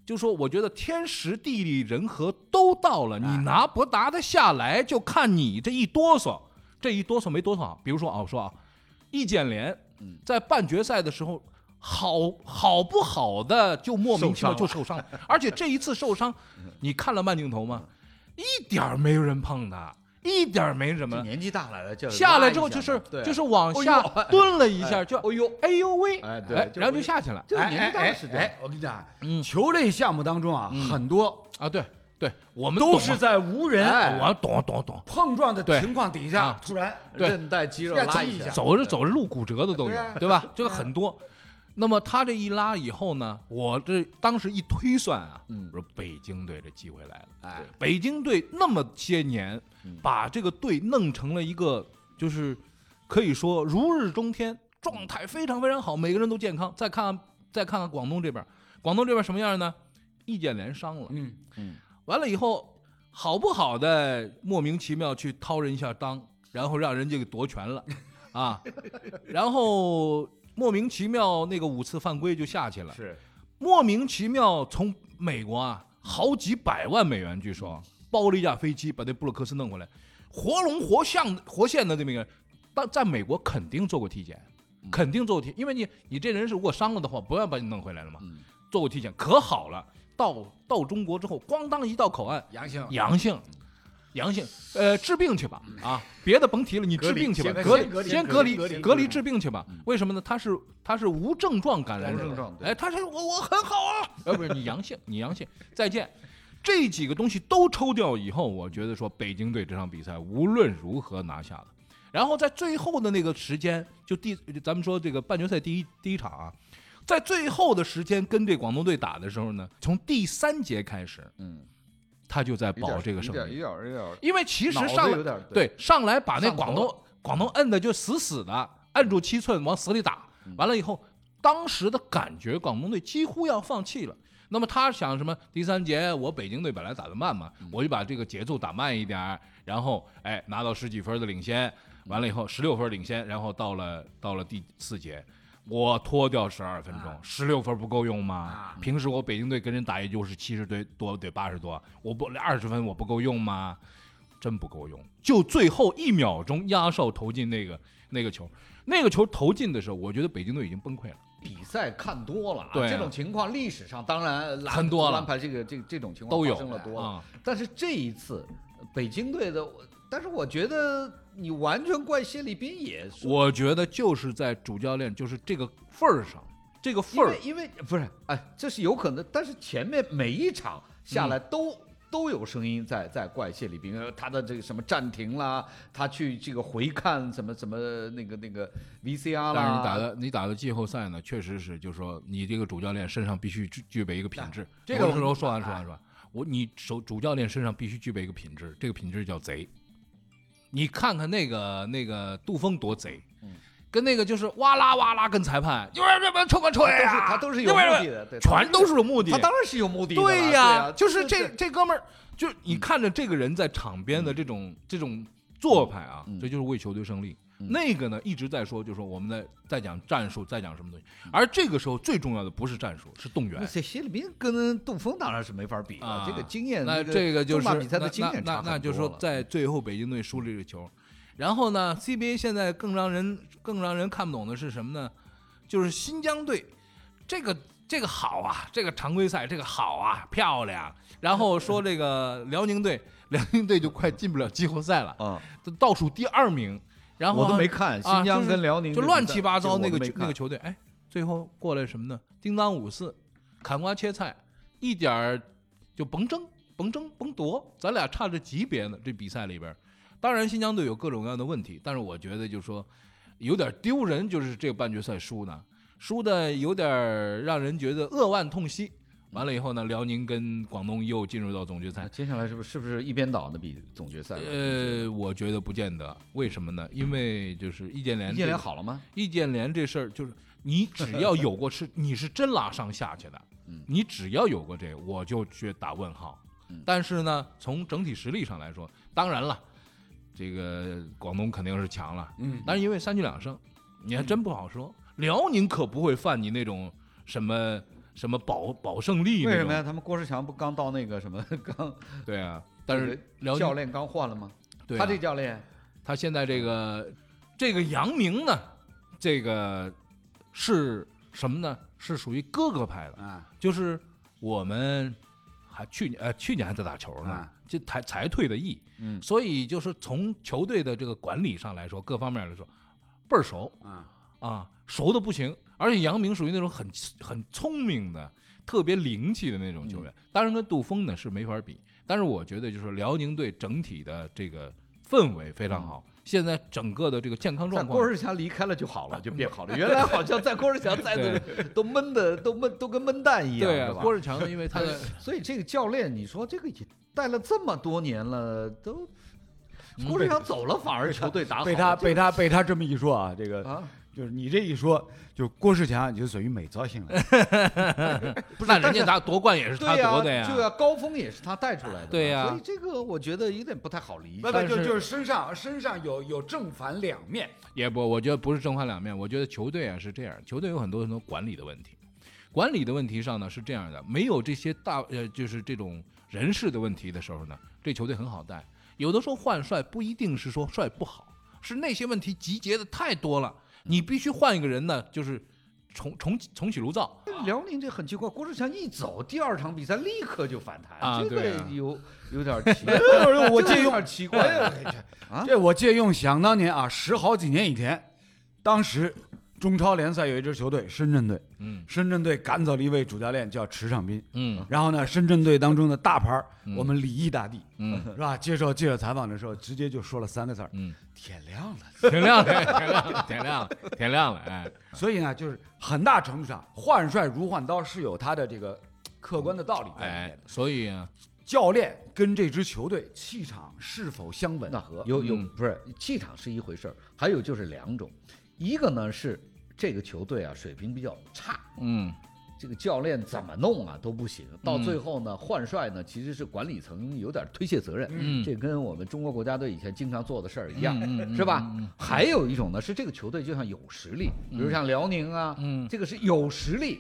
[SPEAKER 1] 就说我觉得天时地利人和都到了，你拿不拿得下来，就看你这一哆嗦，这一哆嗦没哆嗦好。比如说啊，我说啊，易建联在半决赛的时候。好好不好的就莫名其妙就受伤了，嗯而且这一次受伤，你看了慢镜头吗？一点儿没有人碰他，一点儿没什么
[SPEAKER 3] 这。年纪大了就
[SPEAKER 1] 下
[SPEAKER 3] 拉
[SPEAKER 1] 来
[SPEAKER 3] 一
[SPEAKER 1] 之后
[SPEAKER 3] 下
[SPEAKER 1] 就是
[SPEAKER 3] 嘛对
[SPEAKER 1] 就是往下蹲了一下，就
[SPEAKER 3] 哎呦，
[SPEAKER 1] 哎呦喂，
[SPEAKER 2] 哎对就
[SPEAKER 1] 然后就下去了
[SPEAKER 3] 就
[SPEAKER 2] 哎
[SPEAKER 3] 年纪大
[SPEAKER 2] 哎
[SPEAKER 3] 了是这样
[SPEAKER 2] 哎，我跟你讲
[SPEAKER 1] 嗯，
[SPEAKER 2] 球类项目当中啊，
[SPEAKER 3] 嗯
[SPEAKER 2] 很多
[SPEAKER 1] 啊，对对，我们
[SPEAKER 2] 都
[SPEAKER 1] 懂
[SPEAKER 2] 是
[SPEAKER 1] 啊
[SPEAKER 2] 在无
[SPEAKER 3] 哎
[SPEAKER 2] 人
[SPEAKER 1] 我懂懂懂，
[SPEAKER 2] 碰撞的
[SPEAKER 1] 对
[SPEAKER 2] 情况底
[SPEAKER 1] 啊
[SPEAKER 2] 下，突然
[SPEAKER 1] 对
[SPEAKER 3] 韧带肌肉
[SPEAKER 2] 要
[SPEAKER 3] 拉
[SPEAKER 2] 记
[SPEAKER 3] 一
[SPEAKER 2] 一
[SPEAKER 3] 下
[SPEAKER 2] 下。
[SPEAKER 1] 走着走着路骨折的都
[SPEAKER 2] 对
[SPEAKER 1] 有
[SPEAKER 2] 啊，
[SPEAKER 1] 对吧？这个很多。那么他这一拉以后呢，我这当时一推算啊，
[SPEAKER 3] 嗯
[SPEAKER 1] 我说北京队这机会来了。
[SPEAKER 2] 哎，
[SPEAKER 1] 北京队那么些年，把这个队弄成了一个，就是可以说如日中天，状态非常非常好，每个人都健康。再看看再看看广东这边，广东这边什么样呢？易建联伤了，
[SPEAKER 2] 嗯
[SPEAKER 3] 嗯，
[SPEAKER 1] 完了以后好不好的莫名其妙去掏人一下裆，然后让人家给夺权了，啊，然后莫名其妙那个五次犯规就下去了，
[SPEAKER 2] 是
[SPEAKER 1] 莫名其妙从美国啊，好几百万美元，据说包了一架飞机把那布鲁克斯弄回来，活龙活象活现的这么一个人，但在美国肯定做过体检，肯定做过体，因为你你这人是如果伤了的话，不要把你弄回来了嘛，做过体检可好了，到到中国之后，咣当一到口岸
[SPEAKER 2] 阳性，嗯
[SPEAKER 1] 阳性，阳性，呃，治病去吧啊，别的甭提了，你
[SPEAKER 2] 隔
[SPEAKER 1] 治
[SPEAKER 2] 离
[SPEAKER 1] 病去吧，
[SPEAKER 2] 先
[SPEAKER 1] 隔
[SPEAKER 2] 先隔离
[SPEAKER 1] 先
[SPEAKER 2] 隔
[SPEAKER 1] 隔
[SPEAKER 2] 离
[SPEAKER 1] 离
[SPEAKER 2] 隔离嗯
[SPEAKER 1] 隔离治病去吧。为什么呢？他是他是无症状感染者，
[SPEAKER 3] 无症状对
[SPEAKER 1] 哎，他是我我很好啊，呃，不是你阳性，你阳性，再见。这几个东西都抽掉以后，我觉得说北京队这场比赛无论如何拿下了。然后在最后的那个时间，就第咱们说这个半决赛第一第一场啊，在最后的时间跟这广东队打的时候呢，从第三节开始，
[SPEAKER 3] 嗯，
[SPEAKER 1] 他就在
[SPEAKER 3] 一点
[SPEAKER 1] 保这个胜
[SPEAKER 3] 一点一
[SPEAKER 1] 利，
[SPEAKER 3] 点一点，
[SPEAKER 1] 因为其实
[SPEAKER 3] 脑子
[SPEAKER 1] 上来
[SPEAKER 3] 有点儿对
[SPEAKER 1] 对上来把那
[SPEAKER 3] 上头
[SPEAKER 1] 广东广东摁的就死死的，摁住七寸往死里打，
[SPEAKER 3] 嗯
[SPEAKER 1] 完了以后，当时的感觉广东队几乎要放弃了。那么他想什么？第三节我北京队本来打得慢嘛，
[SPEAKER 3] 嗯
[SPEAKER 1] 我就把这个节奏打慢一点儿，然后哎拿到十几分的领
[SPEAKER 3] 嗯
[SPEAKER 1] 先，完了以后十六分领先，然后到了到了第四节，我拖掉十二分
[SPEAKER 3] 啊
[SPEAKER 1] 钟，十六分不够用吗？平时我北京队跟人打也就是七十队多得八十多，我不二十分我不够用吗？真不够用，就最后一秒钟压哨投进那个那个球，那个球投进的时候，我觉得北京队已经崩溃了。
[SPEAKER 3] 比赛看多了啊，
[SPEAKER 1] 对啊
[SPEAKER 3] 这种情况历史上当然篮
[SPEAKER 1] 看多了
[SPEAKER 3] 篮排这个这这种情况
[SPEAKER 1] 都有
[SPEAKER 3] 发生了多了
[SPEAKER 1] 啊，
[SPEAKER 3] 但是这一次北京队的，我但是我觉得你完全怪谢立斌也是，
[SPEAKER 1] 我觉得就是在主教练就是这个份儿上，这个份
[SPEAKER 3] 因
[SPEAKER 1] 儿
[SPEAKER 3] 为因为不是哎，这是有可能，但是前面每一场下来都。都有声音在在怪谢立斌，呃他的这个什么暂停啦，他去这个回看什么什么那个那个 VCR
[SPEAKER 1] 但是你
[SPEAKER 3] 啦，
[SPEAKER 1] 打的你打的季后赛呢，确实是，就是说你这个主教练身上必须具具备一个品质。
[SPEAKER 3] 这个
[SPEAKER 1] 我时候说完说完说完，我你首主教练身上必须具备一个品质，这个品质叫贼。你看看那个那个杜锋多贼，
[SPEAKER 3] 嗯
[SPEAKER 1] 跟那个就是哇啦哇啦跟裁判，因为什么冲个吹啊，
[SPEAKER 3] 他都是有
[SPEAKER 1] 因为
[SPEAKER 3] 目的的对他
[SPEAKER 1] 全都是有目的
[SPEAKER 3] 他。当然是有目的的啦，
[SPEAKER 1] 对
[SPEAKER 3] 呀、
[SPEAKER 1] 就是
[SPEAKER 3] 这
[SPEAKER 1] 这这哥们儿，就你看着这个人在场边的这种这种做派啊，这就是为球队胜利。那个呢一直在说，就说我们在在讲战术，在讲什么东西，而这个时候最重要的不是战术，是动员
[SPEAKER 3] 那。这谢立斌跟杜峰当然是没法比了，
[SPEAKER 1] 哎啊
[SPEAKER 3] 这个经 验，
[SPEAKER 1] 那
[SPEAKER 3] 个
[SPEAKER 1] 这个就是
[SPEAKER 3] 中马比赛的经验
[SPEAKER 1] 那
[SPEAKER 3] 差
[SPEAKER 1] 那
[SPEAKER 3] 很
[SPEAKER 1] 那那就是
[SPEAKER 3] 多
[SPEAKER 1] 说
[SPEAKER 3] 了，
[SPEAKER 1] 在最后北京队输了这个球，然后呢，CBA 现在更让人更让人看不懂的是什么呢？就是新疆队，这个这个好啊，这个常规赛这个好啊，漂亮。然后说这个辽宁队，辽宁队就快进不了季后赛了，
[SPEAKER 3] 啊，
[SPEAKER 1] 都倒数第二名。然后
[SPEAKER 3] 我都
[SPEAKER 1] 啊
[SPEAKER 3] 没看
[SPEAKER 1] 啊
[SPEAKER 3] 新疆
[SPEAKER 1] 就是
[SPEAKER 3] 跟辽宁
[SPEAKER 1] 就
[SPEAKER 3] 的
[SPEAKER 1] 乱
[SPEAKER 3] 比赛
[SPEAKER 1] 七八糟
[SPEAKER 3] 这个
[SPEAKER 1] 那个
[SPEAKER 3] 我都没
[SPEAKER 1] 球那个
[SPEAKER 3] 看
[SPEAKER 1] 球队，哎，最后过来什么呢？叮当五四，砍瓜切菜，一点儿就甭争，甭争，甭夺，咱俩差着级别呢。这比赛里边儿，当然新疆队有各种各样的问题，但是我觉得就是说有点丢人，就是这个半决赛输呢，输的有点儿让人觉得扼腕痛惜。完了以后呢，辽宁跟广东又进入到总决赛
[SPEAKER 3] 那，接下来是不是是不是一边倒的比总决赛了？
[SPEAKER 1] 呃，我觉得不见得，为什么呢？因为就是易建联，
[SPEAKER 3] 易建联，好了吗？
[SPEAKER 1] 易建联这事儿就是你只要有过是 你是真拉上下去的，你只要有过这个，我就去打问号。但是呢，从整体实力上来说，当然了，这个广东肯定是强了，嗯，但是因为三局两胜，你还真不好说。辽宁可不会犯你那种什么什么保保胜利
[SPEAKER 3] 为
[SPEAKER 1] 那
[SPEAKER 3] 什么呀？
[SPEAKER 1] 种，
[SPEAKER 3] 他们郭士强不刚到那个什么刚，
[SPEAKER 1] 对啊。但是
[SPEAKER 3] 这个
[SPEAKER 1] 辽
[SPEAKER 3] 教
[SPEAKER 1] 宁
[SPEAKER 3] 练刚换了吗？
[SPEAKER 1] 对啊
[SPEAKER 3] 他这教练
[SPEAKER 1] 他现在这个这个杨明呢，这个是什么呢？是属于哥哥派的，
[SPEAKER 2] 啊，
[SPEAKER 1] 就是我们还去年呃去年还在打球呢
[SPEAKER 2] 啊，
[SPEAKER 1] 这才才退的役，
[SPEAKER 3] 嗯
[SPEAKER 1] 所以就是从球队的这个管理上来说，各方面来说倍儿熟，
[SPEAKER 2] 啊
[SPEAKER 1] 啊，熟的不行，而且杨明属于那种很很聪明的、特别灵气的那种球员。
[SPEAKER 2] 嗯
[SPEAKER 1] 当然跟杜锋呢是没法比，但是我觉得就是辽宁队整体的这个氛围非常
[SPEAKER 2] 嗯
[SPEAKER 1] 好，现在整个的这个健康
[SPEAKER 3] 在
[SPEAKER 1] 状
[SPEAKER 3] 郭
[SPEAKER 1] 况。
[SPEAKER 3] 士强离开了就好了，就别 好了。原来好像在郭士强在那里都闷的都闷都跟闷蛋一样，
[SPEAKER 1] 对啊
[SPEAKER 3] 是，吧
[SPEAKER 1] 郭士强，因为他 的
[SPEAKER 3] 所以这个教练，你说这个也带了这么多年了，都
[SPEAKER 1] 嗯
[SPEAKER 3] 郭士强走了，反而球队打好了
[SPEAKER 2] 被他
[SPEAKER 3] 这
[SPEAKER 2] 被他被他这么一说啊，这个
[SPEAKER 3] 啊，
[SPEAKER 2] 就是你这一说，就郭士啊强你就属于美造型了。
[SPEAKER 1] 不是，那人家拿夺冠也是他
[SPEAKER 3] 对呀，
[SPEAKER 1] 夺的呀，
[SPEAKER 3] 对呀，高峰也是他带出来的嘛，
[SPEAKER 1] 对呀
[SPEAKER 3] 所啊以这个我觉得有点不太好理
[SPEAKER 2] 不不
[SPEAKER 3] 解。
[SPEAKER 1] 但
[SPEAKER 2] 就是就是身上身上有有正反两面，
[SPEAKER 1] 也不，我觉得不是正反两面。我觉得球队啊是这样，球队有很多很多管理的问题，管理的问题上呢是这样的，没有这些大呃就是这种人事的问题的时候呢，这球队很好带。有的时候换帅不一定是说帅不好，是那些问题集结的太多了，你必须换一个人呢，就是重重重启炉灶
[SPEAKER 3] 辽宁这很奇怪，郭志强一走，第二场比赛立刻就反弹，
[SPEAKER 1] 啊
[SPEAKER 3] 这个
[SPEAKER 1] 对啊
[SPEAKER 3] 有有点 奇怪，
[SPEAKER 4] 我
[SPEAKER 3] 这
[SPEAKER 4] 借
[SPEAKER 3] 个有
[SPEAKER 4] 用哎
[SPEAKER 3] 点奇怪啊。啊
[SPEAKER 4] 这我借用想当年啊，十好几年以前，当时中超联赛有一支球队深圳队，
[SPEAKER 1] 嗯
[SPEAKER 4] 深圳队赶走了一位主教练叫池尚斌，
[SPEAKER 1] 嗯
[SPEAKER 4] 然后呢，深圳队当中的大牌儿
[SPEAKER 1] 嗯
[SPEAKER 4] 我们李毅大帝
[SPEAKER 1] 嗯
[SPEAKER 4] 是吧？接受记者采访的时候，直接就说了三个字儿：
[SPEAKER 1] 嗯，
[SPEAKER 4] 天亮了。
[SPEAKER 1] 天亮了，天亮了，天亮了，天亮了，哎，
[SPEAKER 4] 所以呢，就是很大程度上，换帅如换刀是有他的这个客观的道理在里面
[SPEAKER 1] 哎
[SPEAKER 4] 的。，
[SPEAKER 1] 所以啊，
[SPEAKER 4] 教练跟这支球队气场是否相吻
[SPEAKER 3] 那
[SPEAKER 4] 合？
[SPEAKER 3] 有有
[SPEAKER 1] 嗯
[SPEAKER 3] 不是气场是一回事儿，还有就是两种，一个呢是这个球队啊水平比较差，
[SPEAKER 1] 嗯
[SPEAKER 3] 这个教练怎么弄啊都不行，到
[SPEAKER 1] 嗯
[SPEAKER 3] 最后呢换帅呢其实是管理层有点推卸责任，
[SPEAKER 1] 嗯
[SPEAKER 3] 这跟我们中国国家队以前经常做的事儿一样，
[SPEAKER 1] 嗯嗯嗯
[SPEAKER 3] 是吧？
[SPEAKER 1] 嗯嗯嗯
[SPEAKER 3] 还有一种呢是这个球队就像有实力，比如像辽宁啊，
[SPEAKER 1] 嗯
[SPEAKER 3] 这个是有实力，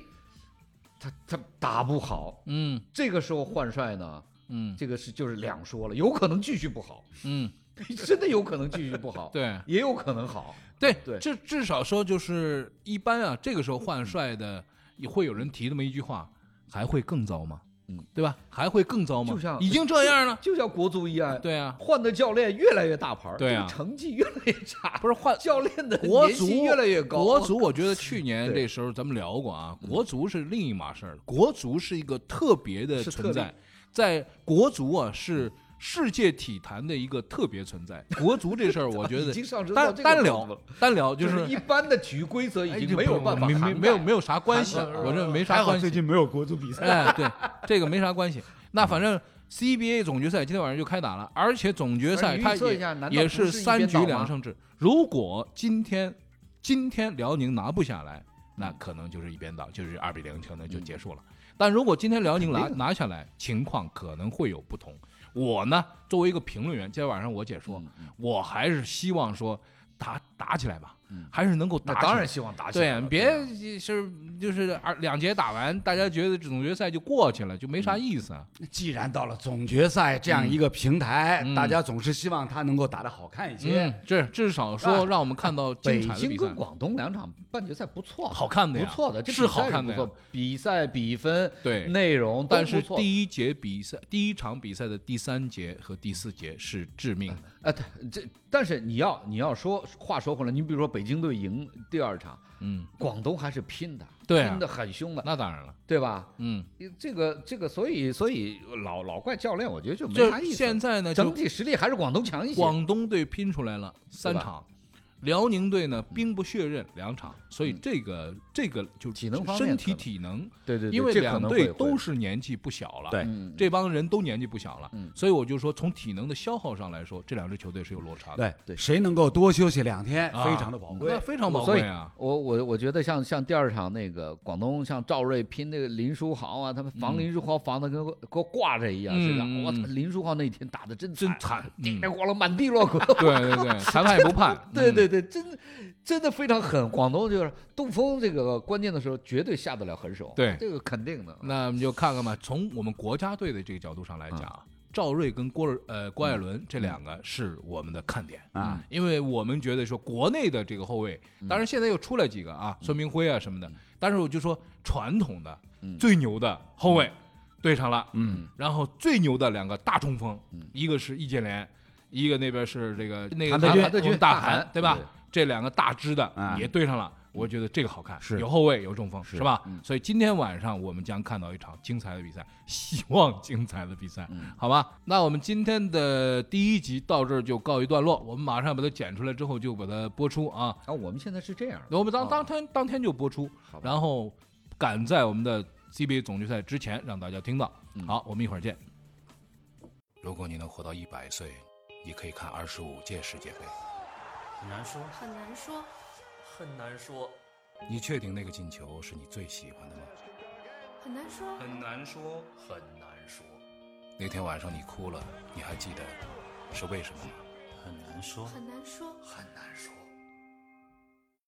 [SPEAKER 3] 他他打不好，
[SPEAKER 1] 嗯
[SPEAKER 3] 这个时候换帅呢，
[SPEAKER 1] 嗯
[SPEAKER 3] 这个是就是两说了，有可能继续不好。
[SPEAKER 1] 嗯，
[SPEAKER 3] 真的有可能继续不好，，
[SPEAKER 1] 对
[SPEAKER 3] 也有可能好。
[SPEAKER 1] 对
[SPEAKER 3] 嗯对
[SPEAKER 1] 至至少说就是一般啊，这个时候换帅的也会有人提那么一句话，还会更糟吗？
[SPEAKER 3] 嗯，
[SPEAKER 1] 对吧？还会更糟吗？
[SPEAKER 3] 就像
[SPEAKER 1] 已经这样 了，
[SPEAKER 3] 就像国足一样，
[SPEAKER 1] 对啊，
[SPEAKER 3] 换的教练越来越大牌儿，
[SPEAKER 1] 对啊
[SPEAKER 3] 这个成绩越来越差，
[SPEAKER 1] 不是换
[SPEAKER 3] 教练的
[SPEAKER 1] 国
[SPEAKER 3] 年
[SPEAKER 1] 足
[SPEAKER 3] 薪越来越高，
[SPEAKER 1] 国足，我觉得去年
[SPEAKER 3] 对嗯
[SPEAKER 1] 这时候咱们聊过啊，国足是另一码事儿。国足是一个特别的
[SPEAKER 3] 是特
[SPEAKER 1] 存在，在国足啊是世界体坛的一个特别存在。国足这事儿，我觉
[SPEAKER 3] 已
[SPEAKER 1] 得
[SPEAKER 3] 经上升到
[SPEAKER 1] 单
[SPEAKER 3] 这个
[SPEAKER 1] 单
[SPEAKER 3] 程度
[SPEAKER 1] 聊
[SPEAKER 3] 了，
[SPEAKER 1] 单聊就
[SPEAKER 3] 就是是一般的体育规则
[SPEAKER 1] 哎
[SPEAKER 3] 已
[SPEAKER 1] 就
[SPEAKER 3] 经没有
[SPEAKER 1] 不
[SPEAKER 3] 办法
[SPEAKER 1] 没
[SPEAKER 3] 涵
[SPEAKER 1] 没
[SPEAKER 3] 盖
[SPEAKER 1] 没有没有啥关系，
[SPEAKER 3] 涵盖
[SPEAKER 1] 我认为没
[SPEAKER 4] 还
[SPEAKER 1] 啥
[SPEAKER 4] 好
[SPEAKER 1] 关系
[SPEAKER 4] 最。近没有国足比赛。
[SPEAKER 1] 哎，对，这个没啥关系。那反正 CBA 总决赛今天晚上就开打了，而且总决赛
[SPEAKER 3] 而你
[SPEAKER 1] 它
[SPEAKER 3] 预测
[SPEAKER 1] 也
[SPEAKER 3] 一下难道
[SPEAKER 1] 也
[SPEAKER 3] 不是
[SPEAKER 1] 是
[SPEAKER 3] 一
[SPEAKER 1] 三
[SPEAKER 3] 边
[SPEAKER 1] 局
[SPEAKER 3] 倒吗
[SPEAKER 1] 两胜制。如果今天今天辽宁拿不下来，那可能就是一边倒，就是二比零，可能就结束了。但如果今天辽宁拿
[SPEAKER 3] 嗯肯定
[SPEAKER 1] 拿下来，情况可能会有不同。我呢，作为一个评论员，今天晚上我解说，
[SPEAKER 3] 嗯嗯
[SPEAKER 1] 我还是希望说打打起来吧，
[SPEAKER 3] 嗯
[SPEAKER 1] 还是能够打
[SPEAKER 3] 那
[SPEAKER 1] 起来。
[SPEAKER 3] 当然希望打起来
[SPEAKER 1] 对
[SPEAKER 3] 了，，
[SPEAKER 1] 别是就是二两节打完，大家觉得总决赛就过去了，就没啥
[SPEAKER 3] 嗯
[SPEAKER 1] 意思啊。
[SPEAKER 4] 既然到了总决赛这样一个平台，
[SPEAKER 1] 嗯
[SPEAKER 4] 大家总是希望他能够打得好看一些。，
[SPEAKER 1] 这至少说让我们看到精
[SPEAKER 3] 嗯啊北
[SPEAKER 1] 彩的
[SPEAKER 3] 京
[SPEAKER 1] 比赛
[SPEAKER 3] 跟，广东两场半决赛不错，
[SPEAKER 1] 好看的
[SPEAKER 3] 不
[SPEAKER 1] 呀，
[SPEAKER 3] 错的，这
[SPEAKER 1] 是
[SPEAKER 3] 比赛
[SPEAKER 1] 好看的
[SPEAKER 3] 不
[SPEAKER 1] 呀
[SPEAKER 3] 错，比赛比分
[SPEAKER 1] 对
[SPEAKER 3] 内容都
[SPEAKER 1] 但
[SPEAKER 3] 不
[SPEAKER 1] 是
[SPEAKER 3] 错，
[SPEAKER 1] 第一节比赛，第一场比赛的第三节和第四节是致命的。
[SPEAKER 3] 啊，对，这但是你要你要说话说回来，你比如说北京队赢第二场，
[SPEAKER 1] 嗯，
[SPEAKER 3] 广东还是拼的，
[SPEAKER 1] 对啊
[SPEAKER 3] 拼的很凶的，
[SPEAKER 1] 那当然了，
[SPEAKER 3] 对吧？
[SPEAKER 1] 嗯，
[SPEAKER 3] 这个这个，所以所以老老怪教练，我觉得就没啥
[SPEAKER 1] 这
[SPEAKER 3] 意思。
[SPEAKER 1] 现在呢，
[SPEAKER 3] 整
[SPEAKER 1] 就
[SPEAKER 3] 体实力还是广东强一些。
[SPEAKER 1] 广东队拼出来了三
[SPEAKER 3] 对吧嗯
[SPEAKER 1] 场。辽宁队呢，兵不血刃两场，所以这个这个就
[SPEAKER 3] 体能方面
[SPEAKER 1] 身体
[SPEAKER 3] 可能
[SPEAKER 1] 体能，
[SPEAKER 3] 对对对，
[SPEAKER 1] 因为
[SPEAKER 3] 这可
[SPEAKER 1] 两
[SPEAKER 3] 能
[SPEAKER 1] 队
[SPEAKER 3] 会
[SPEAKER 1] 都
[SPEAKER 3] 会
[SPEAKER 1] 是年纪不小了，
[SPEAKER 4] 对
[SPEAKER 3] 嗯
[SPEAKER 1] 这帮人都年纪不小了，
[SPEAKER 3] 嗯
[SPEAKER 1] 所以我就说，从体能的消耗上来说，这两支球队是有落差的，
[SPEAKER 4] 对谁能够多休息两天，
[SPEAKER 1] 啊
[SPEAKER 4] 非常的宝贵
[SPEAKER 1] 那。非常宝
[SPEAKER 3] 所
[SPEAKER 1] 贵
[SPEAKER 3] 以
[SPEAKER 1] 啊。
[SPEAKER 3] 我我我觉得像像第二场那个广东像赵睿拼那个林书豪啊，他们防林书豪防的跟跟挂着一样似的。
[SPEAKER 1] 嗯嗯
[SPEAKER 3] 我操
[SPEAKER 1] 嗯，
[SPEAKER 3] 林书豪那天打的真
[SPEAKER 1] 真
[SPEAKER 3] 惨，啊
[SPEAKER 1] 惨，
[SPEAKER 3] 叮
[SPEAKER 1] 嗯
[SPEAKER 3] 着咣啷满地乱滚。，
[SPEAKER 1] 对对对，裁判也不判
[SPEAKER 3] 对
[SPEAKER 1] 嗯
[SPEAKER 3] 对，对，真的真的非常狠。广东就是杜锋这个关键的时候绝对下得了狠手，
[SPEAKER 1] 对嗯
[SPEAKER 3] 这个肯定的。
[SPEAKER 1] 那我们就看看吧。从我们国家队的这个角度上来讲
[SPEAKER 3] 嗯
[SPEAKER 1] 啊，赵睿跟郭呃郭艾伦这两个是我们的看点
[SPEAKER 3] 嗯
[SPEAKER 4] 啊，
[SPEAKER 1] 因为我们觉得说国内的这个后卫，当然现在又出来几个啊，孙明辉啊什么的，但是我就说传统的
[SPEAKER 3] 嗯
[SPEAKER 1] 最牛的后卫对上了，
[SPEAKER 4] 嗯，
[SPEAKER 1] 然后最牛的两个大中锋
[SPEAKER 3] 嗯，
[SPEAKER 1] 一个是易建联，一个那边是这个那个
[SPEAKER 4] 韩德君
[SPEAKER 1] 我们大
[SPEAKER 3] 大
[SPEAKER 1] 韩
[SPEAKER 3] 韩，
[SPEAKER 1] 对吧
[SPEAKER 3] 对？
[SPEAKER 1] 这两个大支的
[SPEAKER 4] 啊
[SPEAKER 1] 也对上了。我觉得这个好看，
[SPEAKER 4] 是
[SPEAKER 1] 有后卫有中锋，是吧
[SPEAKER 3] 嗯？
[SPEAKER 1] 所以今天晚上我们将看到一场精彩的比赛，希望精彩的比赛
[SPEAKER 3] 嗯，
[SPEAKER 1] 好吧？那我们今天的第一集到这儿就告一段落，我们马上把它剪出来之后就把它播出啊。
[SPEAKER 3] 啊，我们现在是这样的，
[SPEAKER 1] 我们当
[SPEAKER 3] 啊
[SPEAKER 1] 当天当天就播出，
[SPEAKER 3] 好吧
[SPEAKER 1] 然后赶在我们的 CBA 总决赛之前让大家听到
[SPEAKER 3] 嗯。
[SPEAKER 1] 好，我们一会儿见。
[SPEAKER 5] 如果你能活到一百岁，你可以看二十五届世界杯。
[SPEAKER 6] 很难说，
[SPEAKER 7] 很难说，
[SPEAKER 6] 很难说，
[SPEAKER 5] 你确定那个进球是你最喜欢的吗？
[SPEAKER 7] 很难说，
[SPEAKER 6] 很难说，很难说，
[SPEAKER 5] 那天晚上你哭了，你还记得是为什么吗？
[SPEAKER 6] 很难说，
[SPEAKER 7] 很难说。
[SPEAKER 6] 很难说。